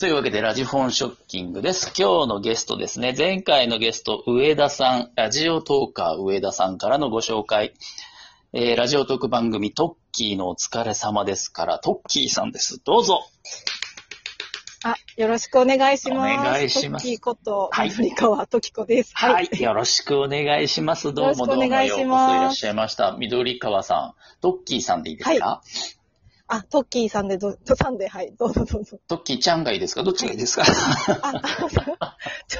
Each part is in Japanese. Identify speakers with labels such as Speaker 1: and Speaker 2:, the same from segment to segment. Speaker 1: というわけで、ラジフォンショッキングです。今日のゲストですね、前回のゲスト、上田さん、ラジオトーカー上田さんからのご紹介。えーラジオトーク番組、トッキーのお疲れ様ですから、トッキーさんです。どうぞ。
Speaker 2: あ、よろしくお願いしま
Speaker 1: お
Speaker 2: す。
Speaker 1: 願いします
Speaker 2: トッキーこと、
Speaker 1: はい
Speaker 2: 緑川ときこです。
Speaker 1: はい。よろしくお願いします。どうもどうも
Speaker 2: よろしくお願い
Speaker 1: ようこそ
Speaker 2: し
Speaker 1: い
Speaker 2: ます
Speaker 1: らっしゃいました。緑川さん、トッキーさんでいいですか、
Speaker 2: あ、トッキーさんでど、さんで、はい、どうぞど うぞ。
Speaker 1: トッキーちゃんがいいですかどっちがいいですか
Speaker 2: あ、そうち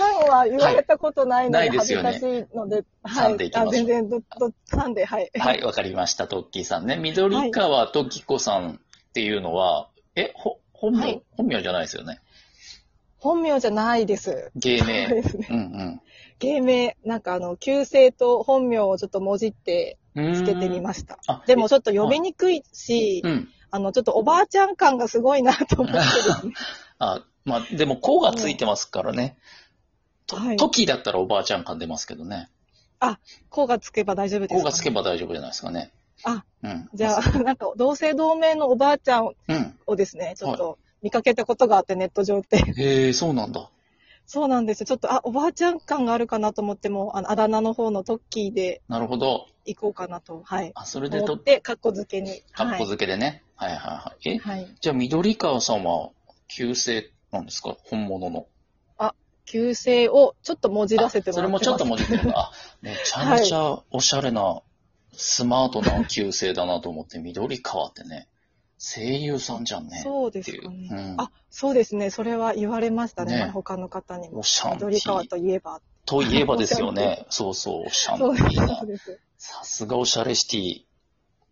Speaker 2: ゃんは言われたことないの
Speaker 1: はい
Speaker 2: で、
Speaker 1: ないですよ
Speaker 2: 恥ず
Speaker 1: ね
Speaker 2: かしいので、
Speaker 1: さんでいきましょ
Speaker 2: あ、
Speaker 1: う
Speaker 2: 全然、ど、ど、さんで、はい。
Speaker 1: はい、わかりました。トッキーさんね。緑川トキコさんっていうのは、え、ほ、本名、
Speaker 2: はい
Speaker 1: 本名じゃないですよね。
Speaker 2: 本名じゃないです。
Speaker 1: 芸
Speaker 2: そう
Speaker 1: 名。
Speaker 2: ですね。
Speaker 1: うん
Speaker 2: 芸名、なんかあの、旧姓と本名をちょっともじって
Speaker 1: うん。うーん
Speaker 2: つけてみました。
Speaker 1: あ
Speaker 2: でも、ちょっと呼びにくいし、
Speaker 1: うん。
Speaker 2: あの、ちょっとおばあちゃん感がすごいなと思ってです ね。
Speaker 1: あ、まあ、でも、こうがついてますからね。と
Speaker 2: はい
Speaker 1: トキだったらおばあちゃん感出ますけどね。
Speaker 2: こうがつけば大丈夫ですか、
Speaker 1: こうがつけば大丈夫じゃないですかね。
Speaker 2: あ、
Speaker 1: うん。
Speaker 2: じゃあ、 なんか、同姓同名のおばあちゃん
Speaker 1: うん。
Speaker 2: をですね、ちょっと見かけたことがあって、ネッ ト上で。
Speaker 1: へえ、そうなんだ。
Speaker 2: そうなんですよ。ちょっと、あ、おばあちゃん感があるかなと思っても、あの、あだ名の方のトッキーで
Speaker 1: なるほど。
Speaker 2: 行こうかなと、はい。
Speaker 1: あ、それで
Speaker 2: 思
Speaker 1: と
Speaker 2: っ、て、カッコ付けに。
Speaker 1: かっこ
Speaker 2: 付
Speaker 1: 付けでね。はいはいはい。え
Speaker 2: け。、はい。
Speaker 1: じゃあ、緑川さんは、旧姓なんですか本物の。
Speaker 2: 旧姓をちょっと文字出せても
Speaker 1: そ
Speaker 2: ら
Speaker 1: れも
Speaker 2: ってます。
Speaker 1: ちょっと文字って るんだ。あめちゃめちゃおしゃれな、スマートな旧姓だなと思って、緑川ってね、声優さんじゃんね。
Speaker 2: そうですか
Speaker 1: っていう
Speaker 2: ね
Speaker 1: う。ん
Speaker 2: あ、そうですね。それは言われましたね。
Speaker 1: ね
Speaker 2: 他の方にも。
Speaker 1: おしゃんテ
Speaker 2: 緑川
Speaker 1: ィ
Speaker 2: といえば。
Speaker 1: といえばですよね。そうそう、おしゃんテ
Speaker 2: そうで
Speaker 1: ィ
Speaker 2: す。
Speaker 1: な
Speaker 2: そう。です。
Speaker 1: さすがおしゃれシティ。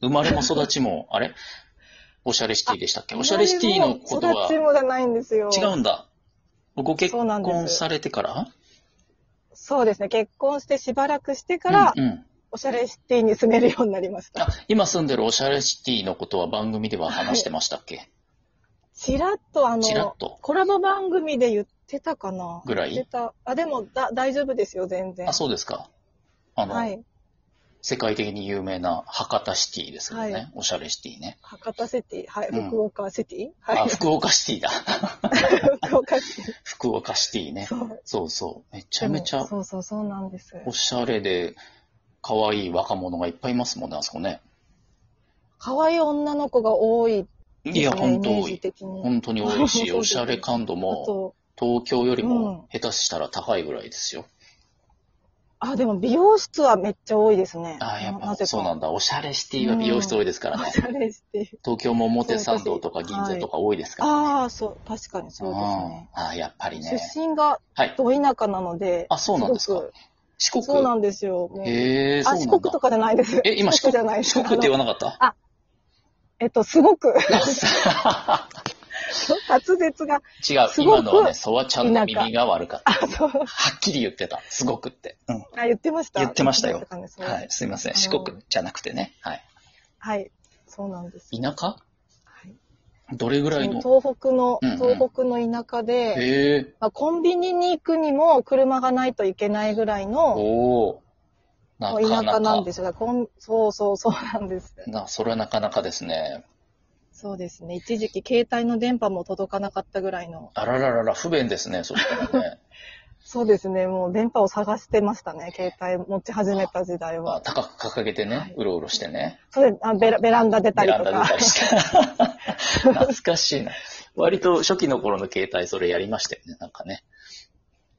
Speaker 1: 生まれも育ちも、あれおしゃれシティでしたっけおしゃれシティのことは
Speaker 2: 育ちもじゃないんですよ。
Speaker 1: 違うんだ。ご結
Speaker 2: そうなん
Speaker 1: 婚
Speaker 2: です
Speaker 1: されてから
Speaker 2: そうですね。結婚してしばらくしてから、
Speaker 1: うんうん
Speaker 2: おしゃれシティに住めるようになりました。
Speaker 1: あ今住んでるおしゃれシティのことは番組では話してましたっけ、
Speaker 2: ちらっとあ
Speaker 1: ちらっ
Speaker 2: の、
Speaker 1: と。
Speaker 2: コラボ番組で言ってたかな
Speaker 1: ぐらい
Speaker 2: 言ってた。あ、でもだ大丈夫ですよ、全然。
Speaker 1: あ、そうですか。あの、
Speaker 2: はい。
Speaker 1: 世界的に有名な博多シティですよね。
Speaker 2: は
Speaker 1: おしゃれシティね。
Speaker 2: 博多シティ、はい、
Speaker 1: うん
Speaker 2: 福岡シティ、
Speaker 1: あ、
Speaker 2: はい、
Speaker 1: 福岡シティだ。
Speaker 2: 福岡シティ。
Speaker 1: 福岡シティね。
Speaker 2: そう。め
Speaker 1: そうそう。めちゃめちゃ
Speaker 2: そうそう、そうなんです。
Speaker 1: おしゃれで、可愛い若者がいっぱいいますもんね、あそこね。
Speaker 2: 可愛い女の子が多いです、ね。
Speaker 1: いや、本当
Speaker 2: イメー
Speaker 1: 多
Speaker 2: ジ
Speaker 1: い。
Speaker 2: 的に。
Speaker 1: 本当に多い
Speaker 2: そうです
Speaker 1: し、
Speaker 2: ね
Speaker 1: おしゃれ感度
Speaker 2: あ
Speaker 1: も、
Speaker 2: と、
Speaker 1: 東京よりも
Speaker 2: う
Speaker 1: 下手したら高いぐらいですよ。
Speaker 2: あ、でも美容室はめっちゃ多いですね。
Speaker 1: ああ、やっ
Speaker 2: な
Speaker 1: ぱ
Speaker 2: ぜか
Speaker 1: そうなんだ。おしゃれシティは美容室多いですから
Speaker 2: お
Speaker 1: ね。
Speaker 2: しゃれシティ。
Speaker 1: 東京も表参道とか
Speaker 2: そう
Speaker 1: 銀
Speaker 2: 私
Speaker 1: 座とか多いですからね。
Speaker 2: ああ、そう、確かにそうですね。
Speaker 1: うんああ、やっぱりね。
Speaker 2: 出身が
Speaker 1: はい。
Speaker 2: ど田舎なので、
Speaker 1: あ、そうなんですか。四国
Speaker 2: ごくそうなんですよ。もう
Speaker 1: へえ、そう
Speaker 2: あ、
Speaker 1: なん
Speaker 2: 四
Speaker 1: だ。
Speaker 2: 国とかじゃないです。
Speaker 1: え、今四国
Speaker 2: じゃないです。
Speaker 1: 四国って言
Speaker 2: あの
Speaker 1: わなかった
Speaker 2: えっと、すごく、
Speaker 1: あ
Speaker 2: 滑舌が、
Speaker 1: 違う、
Speaker 2: すごく
Speaker 1: 今のはね、ソワちゃんの耳が悪かった。
Speaker 2: あ、そう、
Speaker 1: はっきり言ってた。すごくって。うん。
Speaker 2: あ、言ってました。
Speaker 1: 言ってましたよ
Speaker 2: 言ってかねそう
Speaker 1: はい。すいません。
Speaker 2: あの
Speaker 1: 四国じゃなくてね。はい。
Speaker 2: はい。そうなんです。
Speaker 1: 田舎
Speaker 2: はい
Speaker 1: どれぐらいの
Speaker 2: 東北の、
Speaker 1: うんうん
Speaker 2: 東北の田舎で、
Speaker 1: へえ。
Speaker 2: まあ、コンビニに行くにも車がないといけないぐらいの
Speaker 1: おお。な
Speaker 2: もう
Speaker 1: か
Speaker 2: 田
Speaker 1: なか。
Speaker 2: 舎なんですよ。だからこんそうそう、そうなんです。
Speaker 1: な、それはなかなかですね。
Speaker 2: そうですね。一時期携帯の電波も届かなかったぐらいの。
Speaker 1: あらららら、不便ですね。そしたらね。
Speaker 2: そうですね。もう電波を探してましたね。携帯持ち始めた時代
Speaker 1: まあ、
Speaker 2: は。
Speaker 1: 高く掲げて
Speaker 2: は
Speaker 1: ね
Speaker 2: い、
Speaker 1: うろうろしてね。
Speaker 2: それあベラベランダ出た
Speaker 1: ベ
Speaker 2: り
Speaker 1: ラ
Speaker 2: と
Speaker 1: ンダ出た
Speaker 2: か。
Speaker 1: りして。 懐かしいな。割と初期の頃の携帯それやりましたよね、なんかね。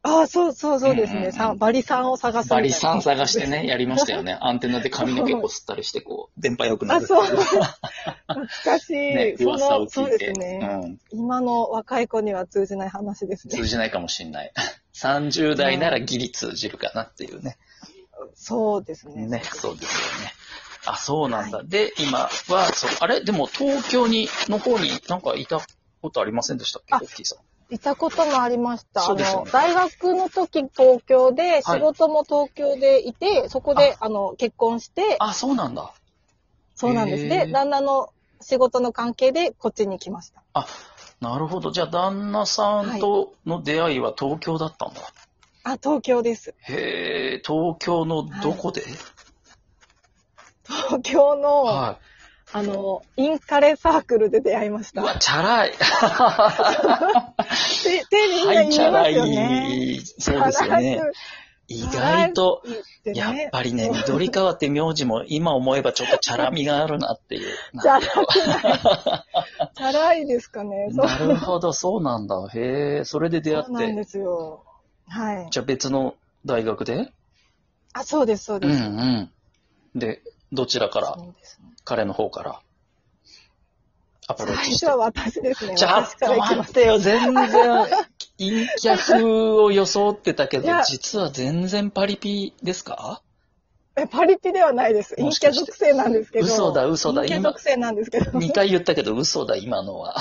Speaker 2: ああ、そうそうそうです
Speaker 1: うんうんう
Speaker 2: ね。
Speaker 1: ん
Speaker 2: さバリさんを探すみたい
Speaker 1: バ
Speaker 2: な。
Speaker 1: リさん探してね、やりましたよね。アンテナで髪の毛こすったりして、こ う、電波良くなるってい
Speaker 2: あそう懐かしい。
Speaker 1: ね、
Speaker 2: そ
Speaker 1: 噂
Speaker 2: の
Speaker 1: を
Speaker 2: そう
Speaker 1: 聞い
Speaker 2: で
Speaker 1: て、
Speaker 2: すね、
Speaker 1: うん、
Speaker 2: 今の若い子には通じない話ですね
Speaker 1: 通。じないかもしんない。30代ならギリ通じるかなっていうね。
Speaker 2: そうですね。
Speaker 1: ね、そうですよね。あ、そうなんだ。で、今は、そう、あれでも東京に、の方になんかいたことありませんでしたっけ
Speaker 2: あ
Speaker 1: ホッキーさん。
Speaker 2: いたこともありました。
Speaker 1: そうです
Speaker 2: あ
Speaker 1: よ
Speaker 2: の
Speaker 1: ね、
Speaker 2: 大学の時東京で、
Speaker 1: はい
Speaker 2: 仕事も東京でいて、そこで、あの、結婚して、
Speaker 1: あ、そうなんだ。
Speaker 2: そうなんです。
Speaker 1: へ
Speaker 2: で、
Speaker 1: ー
Speaker 2: 旦那の仕事の関係で、こっちに来ました。
Speaker 1: なるほど。じゃあ、旦那さんとの出会いは東京だったんだ。
Speaker 2: あ、東京です。
Speaker 1: へえ、東京のどこで、
Speaker 2: 東京の、
Speaker 1: は
Speaker 2: あの、インカレサークルで出会いまし
Speaker 1: う
Speaker 2: た。
Speaker 1: わ、チャラい。
Speaker 2: て、手みん
Speaker 1: は、
Speaker 2: ない言
Speaker 1: チャ
Speaker 2: いま
Speaker 1: ラい。そうで
Speaker 2: すよね。
Speaker 1: すよね。意外と、
Speaker 2: 辛く
Speaker 1: やっぱりね、
Speaker 2: もう
Speaker 1: 緑川って名字も今思えばちょっとチャラみがあるなっていう。
Speaker 2: チャラくない。チャラいですか ね。そう
Speaker 1: なるほど、そうなんだ。へえ、それで出会
Speaker 2: そう
Speaker 1: っ
Speaker 2: なん
Speaker 1: て。
Speaker 2: ですよ。はい。
Speaker 1: じゃあ別の大学で
Speaker 2: あ、そうです、そう
Speaker 1: う
Speaker 2: で
Speaker 1: ん
Speaker 2: す。
Speaker 1: うん。で、どちらから
Speaker 2: そうですね
Speaker 1: 彼の方からアプロ
Speaker 2: 最
Speaker 1: ーチして
Speaker 2: 初は。私ですね。
Speaker 1: ちょっ
Speaker 2: 私から
Speaker 1: と
Speaker 2: 行き
Speaker 1: 待
Speaker 2: ま
Speaker 1: ってよ、全然、陰キャ風を装ってたけど
Speaker 2: いや、
Speaker 1: 実は全然パリピですか
Speaker 2: え、パリピではないです。陰
Speaker 1: もし
Speaker 2: キャ
Speaker 1: かして
Speaker 2: 属性なんですけど。
Speaker 1: 嘘だ嘘だ
Speaker 2: 陰キャ
Speaker 1: 今
Speaker 2: 属性なんですけど。
Speaker 1: ?2 回言ったけど嘘だ、今のは。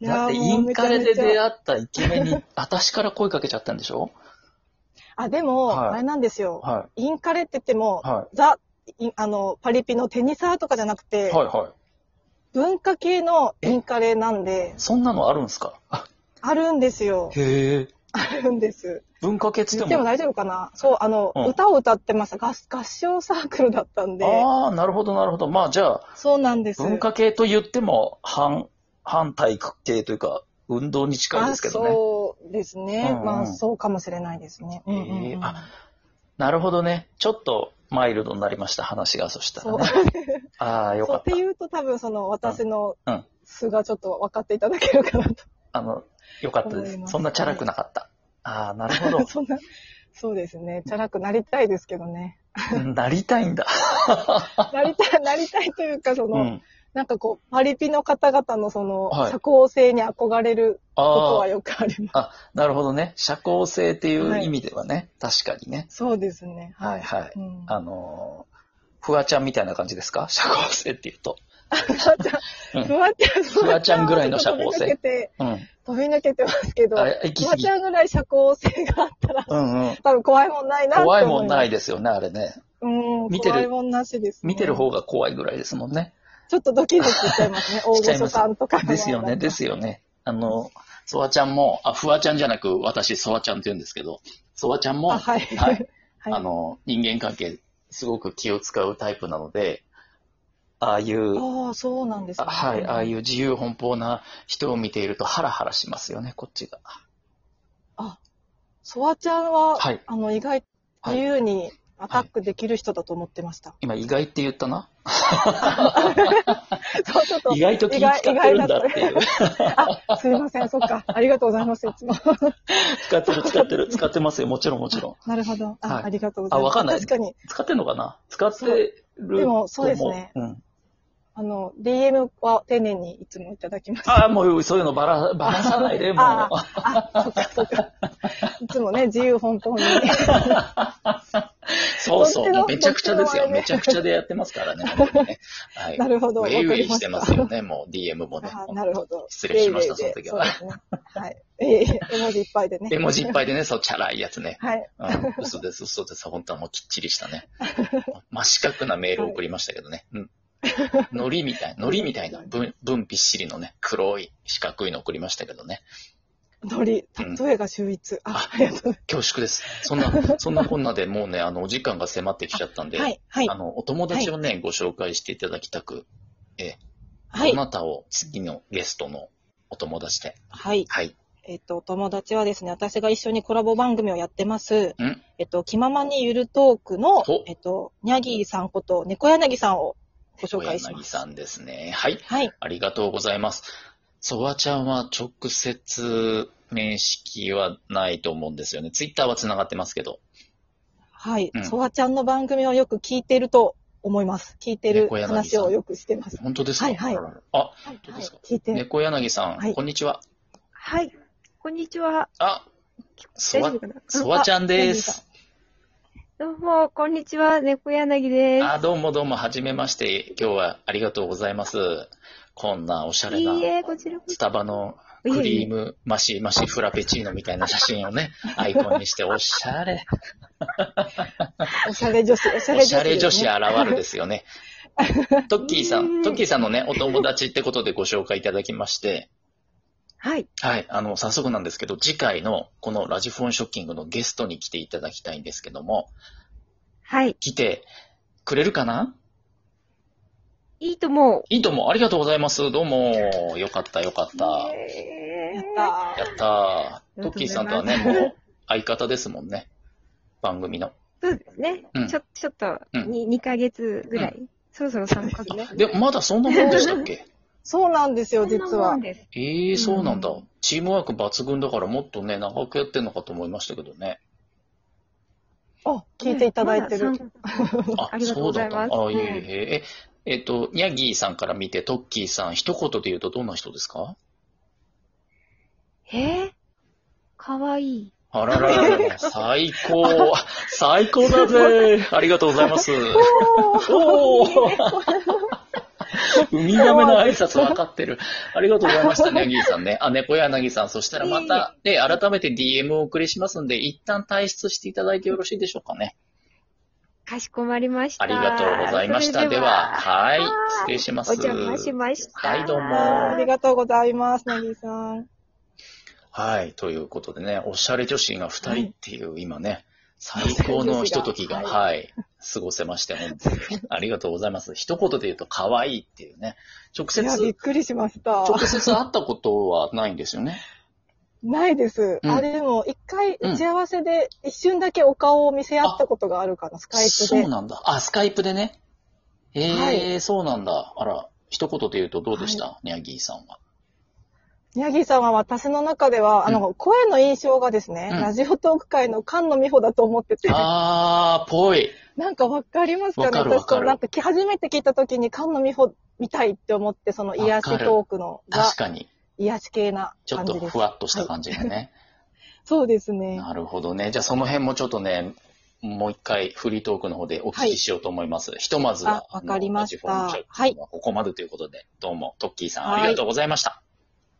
Speaker 2: いや
Speaker 1: だって、
Speaker 2: も
Speaker 1: イ
Speaker 2: う
Speaker 1: ン
Speaker 2: めち
Speaker 1: カ
Speaker 2: ゃ
Speaker 1: レ
Speaker 2: めちゃ
Speaker 1: で出会ったイケメンに、私から声かけちゃったんでしょ
Speaker 2: あ、でも、
Speaker 1: はい
Speaker 2: あれなんですよ。
Speaker 1: は
Speaker 2: インカレって言っても、
Speaker 1: い。は
Speaker 2: ザ、インあの、パリピのテニサーとかじゃなく
Speaker 1: い。
Speaker 2: て、
Speaker 1: はい、はい。
Speaker 2: 文化系のインカレなんで、
Speaker 1: そんなのあるんすか
Speaker 2: あるんですよ。
Speaker 1: へえ。
Speaker 2: あるんです。
Speaker 1: 文化系っつ
Speaker 2: 言
Speaker 1: っ
Speaker 2: って
Speaker 1: て
Speaker 2: も
Speaker 1: も。
Speaker 2: 大丈夫かなそう、あの、
Speaker 1: うん
Speaker 2: 歌を歌ってました。合合唱サークルだったんで、
Speaker 1: ああ、なるほど、なるほど。まあ、じゃあ、
Speaker 2: そうなんです。
Speaker 1: 文化系と言っても、反、反体育系というか、運動に近いですけど
Speaker 2: あ
Speaker 1: ね。
Speaker 2: そうですね。
Speaker 1: うんうん
Speaker 2: まあ、そうかもしれないですね。うんうんうん
Speaker 1: へえあなるほどね。ちょっとマイルドになりました、話が。そしたら
Speaker 2: そう
Speaker 1: ね。ああ、よ
Speaker 2: そう
Speaker 1: か
Speaker 2: っ
Speaker 1: って
Speaker 2: 言うと多分その私の
Speaker 1: うんうん
Speaker 2: 素がちょっと分かっていただけるかなと。
Speaker 1: た。あの、よかったで。
Speaker 2: 思いますす。
Speaker 1: そんなチャラくなかった。ああ、なるほど
Speaker 2: そんな、そうですね。チャラくなりたいですけどね。
Speaker 1: うんなりたいんだ。
Speaker 2: なりたい、 なりたいというか、そうの、
Speaker 1: ん。
Speaker 2: なんかこう、パリピの方々のその、
Speaker 1: はい
Speaker 2: 社交性に憧れること
Speaker 1: あ
Speaker 2: は
Speaker 1: あ、
Speaker 2: よくあります。
Speaker 1: あ、なるほどね。社交性っていう意味ではね、確かにね。
Speaker 2: そうですね。
Speaker 1: はいはい。
Speaker 2: うん、
Speaker 1: あのー、フワちゃんみたいな感じですか社交性っていうと。
Speaker 2: フワちゃん、
Speaker 1: うん
Speaker 2: フワちゃん、
Speaker 1: フワちゃんぐらいの社交性
Speaker 2: 飛び抜けて、
Speaker 1: うん。
Speaker 2: 飛び抜けてますけど、
Speaker 1: あ
Speaker 2: フ、
Speaker 1: 行き過
Speaker 2: ワ
Speaker 1: ぎ
Speaker 2: ち。ゃんぐらい社交性があったら、
Speaker 1: うんうん。
Speaker 2: 多分怖いもんないなって思
Speaker 1: 怖
Speaker 2: い
Speaker 1: い
Speaker 2: ます。
Speaker 1: もんないですよね、あれね。
Speaker 2: うん、
Speaker 1: 見てる
Speaker 2: 怖いもんなしです、ね。
Speaker 1: 見てる方が怖いぐらいですもんね。
Speaker 2: ちょっとドキドキしちゃ いますね。大
Speaker 1: しちゃい
Speaker 2: 御所
Speaker 1: ます
Speaker 2: さんとかの
Speaker 1: ですよね、ですよね。あの、ソワちゃんも、あ、フワちゃんじゃなく、私、ソワちゃんって言うんですけど、ソワちゃんも、
Speaker 2: あ、はい。
Speaker 1: は
Speaker 2: はいい。
Speaker 1: あの、人間関係、すごく気を使うタイプなので、ああいう、
Speaker 2: ああ、そうなんです
Speaker 1: あ
Speaker 2: ね。。
Speaker 1: はい、ああいうう自由奔放な人を見ているとハラハラしますよね、こっちが。
Speaker 2: ソワちゃんは、
Speaker 1: はい
Speaker 2: あの、意外、
Speaker 1: は
Speaker 2: 自
Speaker 1: い。
Speaker 2: 由にアタックできる人だと思ってました。
Speaker 1: 今、意外って言ったな。
Speaker 2: そう、ちょっと。
Speaker 1: 意外と気使ってるんだって
Speaker 2: 意
Speaker 1: い
Speaker 2: 外
Speaker 1: う。
Speaker 2: あ、 すいません、そっか。ありがとうございます、いつも。
Speaker 1: 使ってる、使ってる、使ってますよ。もちろん、もちろん。
Speaker 2: なるほど。あ、
Speaker 1: はい
Speaker 2: ありがとうござい
Speaker 1: あわ
Speaker 2: ます。
Speaker 1: かんない
Speaker 2: 確かに、
Speaker 1: 使ってんのかな使ってる
Speaker 2: でもそうですね
Speaker 1: と思ううん。
Speaker 2: あの、DM は丁寧にいつもいただきます。
Speaker 1: ああ、もうそういうのば ら、ばらさないで、もう。
Speaker 2: あ、そっか、そっか。いつも ね、自由奔放に。
Speaker 1: そうそ
Speaker 2: どっ
Speaker 1: う、
Speaker 2: ちの
Speaker 1: もうめちゃくちゃですよ。
Speaker 2: どっちのあれね
Speaker 1: めちゃくちゃでやってますからね、本当にね。はい。
Speaker 2: なるほ ど。
Speaker 1: ウ
Speaker 2: わか
Speaker 1: ェイウェ
Speaker 2: り
Speaker 1: イ
Speaker 2: ま
Speaker 1: し
Speaker 2: してた
Speaker 1: ますよね、もう DM もね。
Speaker 2: あーなるほど。
Speaker 1: 失礼しました
Speaker 2: いえい
Speaker 1: その
Speaker 2: えいえ
Speaker 1: 時は
Speaker 2: そうですね。はい。ええいえ、絵文字いっぱいで ね。
Speaker 1: 絵文字いっぱいでね、そう、チャラいやつね。
Speaker 2: はい。
Speaker 1: うん、嘘です、嘘です。本当はもうきっちりしたね。真四角なメールを送りましたけどね。うん。のりみたい、のりみたい な、ぶん、ぶんびっしりのね、黒い四角いの送りましたけどね。
Speaker 2: ノリ、例えが秀逸。あ、ありがとうござい
Speaker 1: 恐縮です。そんな、そんなこんなでもうね、あの、お時間が迫ってきちゃったん
Speaker 2: ま
Speaker 1: で、
Speaker 2: す。はい、はい
Speaker 1: あ、の、お友達をね、ご紹介していただきたく、
Speaker 2: はい
Speaker 1: ど、なたを次のゲストのお友達で。
Speaker 2: はい。
Speaker 1: はい。
Speaker 2: えっと、お友達はですね、私が一緒にコラボ番組をやってます
Speaker 1: ん、
Speaker 2: えっと、気ままにゆるトークの
Speaker 1: ほ、
Speaker 2: えっと、にゃぎーさんこと、猫柳さんをご紹介し
Speaker 1: 小
Speaker 2: ま
Speaker 1: 柳
Speaker 2: す
Speaker 1: さ。んですね。はい。
Speaker 2: はい。
Speaker 1: ありがとうございます。ソワちゃんは直接面識はないと思うんですよね。ツイッターは繋がってますけど。
Speaker 2: はい
Speaker 1: うん。
Speaker 2: ソワちゃんの番組をよく聞いてると思います。聞いてる
Speaker 1: 猫柳さん
Speaker 2: 話をよくしてます。
Speaker 1: 本当ですか
Speaker 2: はいはい
Speaker 1: あららあ、
Speaker 2: はい、
Speaker 1: 当
Speaker 2: は
Speaker 1: で
Speaker 2: い
Speaker 1: すか。
Speaker 2: 聞いてる。
Speaker 1: 猫柳さん、
Speaker 2: はい
Speaker 1: こんにちは。
Speaker 3: はい。こんにちは。
Speaker 1: あ、ソ
Speaker 3: 大丈
Speaker 1: ワ
Speaker 3: 夫、かな
Speaker 1: ソワちゃんです。
Speaker 3: どうも、こんにちは。猫柳です。
Speaker 1: あ、どうもどうも、はじめまして。今日はありがとうございます。こんなおしゃれ
Speaker 3: いい
Speaker 1: な
Speaker 3: え、こちらこ
Speaker 1: スタバの
Speaker 3: そ。
Speaker 1: クリー
Speaker 3: ム。
Speaker 1: ムマシマシフラペチーノみたいな写真をね、アイコンにして、おしゃれ、
Speaker 2: おしゃれ女子、おしゃれ
Speaker 1: お
Speaker 2: 女子です
Speaker 1: し
Speaker 2: ね、
Speaker 1: ゃれ女子現るですよ ね。トッキーさん、トッキーさんのね、お友達ってことでご紹介いただきまして、
Speaker 3: はい。
Speaker 1: はい、あの、早速なんですけど、次回のこのラジフォンショッキングのゲストに来ていただきたいんですけども、
Speaker 3: はい。
Speaker 1: 来てくれるかな
Speaker 3: いいと思う。
Speaker 1: いいとも、ありがとうございます。どうも、よかった、よかった。
Speaker 3: え
Speaker 2: やっ
Speaker 3: ー
Speaker 1: や
Speaker 2: た
Speaker 1: ったー。
Speaker 3: あ
Speaker 1: ト
Speaker 3: りがとうございま
Speaker 1: ッ
Speaker 3: す
Speaker 1: キーさんとはね、もう、相方ですもんね。番組の。
Speaker 3: そうですね
Speaker 1: うん。
Speaker 3: ちょ、ちょっと、
Speaker 1: うん
Speaker 3: に2ヶ月ぐらい。そろそろ3ヶ月ね。
Speaker 1: でも、まだそんなもんでしたっ け
Speaker 2: ー。そうなんですよ、実
Speaker 3: そんなも
Speaker 2: は
Speaker 3: ん。です
Speaker 1: ええー、そうなんだ
Speaker 3: うん。
Speaker 1: チームワーク抜群だから、もっとね、長くやってんのかと思いましたけどね。
Speaker 2: お、聞いていただいてる。
Speaker 3: ねまだ三
Speaker 1: あ、
Speaker 3: ありがとうございます
Speaker 1: そうだったんだあ、いえ
Speaker 3: はい
Speaker 1: いえ。え、えっと、ニャギーさんから見て、トッキーさん、一言で言うとどんな人ですか
Speaker 3: えーかわいい。
Speaker 1: あららら ら、最高。最高だぜ。ありがとうございます。おおウミガメの挨拶分かってる。ありがとうございましたね、柳井さんね。あ、猫柳さん。そしたらまた、で、改めて DM をお送りしますんで、一旦退出していただいてよろしいでしょうかね。
Speaker 3: かしこまりました。
Speaker 1: ありがとうございました。
Speaker 3: そ
Speaker 1: で
Speaker 3: れ
Speaker 1: は、はい、失礼しま
Speaker 3: お
Speaker 1: す。
Speaker 3: 邪魔しました。
Speaker 1: はいどうも
Speaker 2: あーありがとうございます、なぎさん。
Speaker 1: はい、ということでね、おしゃれ女子が二人っていう、今ね、最高のひとときが、
Speaker 2: おしゃれ女子が
Speaker 1: はい、過ごせまして、本 当に。ありがとうございます。一言で言うと、可愛いっていうね。直
Speaker 2: いや、びっ
Speaker 1: 接、
Speaker 2: くりしました。
Speaker 1: 直接会ったことはないんですよね。
Speaker 2: ないです。
Speaker 1: うん
Speaker 2: あれでも、一回
Speaker 1: うん
Speaker 2: 打ち合わせで一瞬だけお顔を見せ合ったことがあるかな、スカイプ
Speaker 1: そう
Speaker 2: で。
Speaker 1: なんだ。あ、スカイプでね。ええー
Speaker 2: は
Speaker 1: そうなんだ。あら、一言で言うとどうでした、ニャギーさんは。
Speaker 2: 宮城さんは私の中では、あの、声の印象がですね、
Speaker 1: うん
Speaker 2: ラジオトーク界の菅野美穂だと思ってて、
Speaker 1: あー、ぽい。
Speaker 2: なんかわかりますかね
Speaker 1: わかるわ
Speaker 2: 私
Speaker 1: か
Speaker 2: と
Speaker 1: る
Speaker 2: なんか来初めて聞いた時に菅野美穂みたいって思って、その癒しトークのが
Speaker 1: 確かに。
Speaker 2: 癒し系な
Speaker 1: ちょっ
Speaker 2: 感じ
Speaker 1: と
Speaker 2: です
Speaker 1: ふ。わっとした感じがね。
Speaker 2: そうですね。
Speaker 1: なるほどね。じゃあその辺もちょっとね、もう一回フリートークの方でお聞きしようと思います。ひとまずは、
Speaker 2: あわかりました
Speaker 1: あのラジフォンのチャットはここまでということで、どうも、トッキーさんありがとうございました。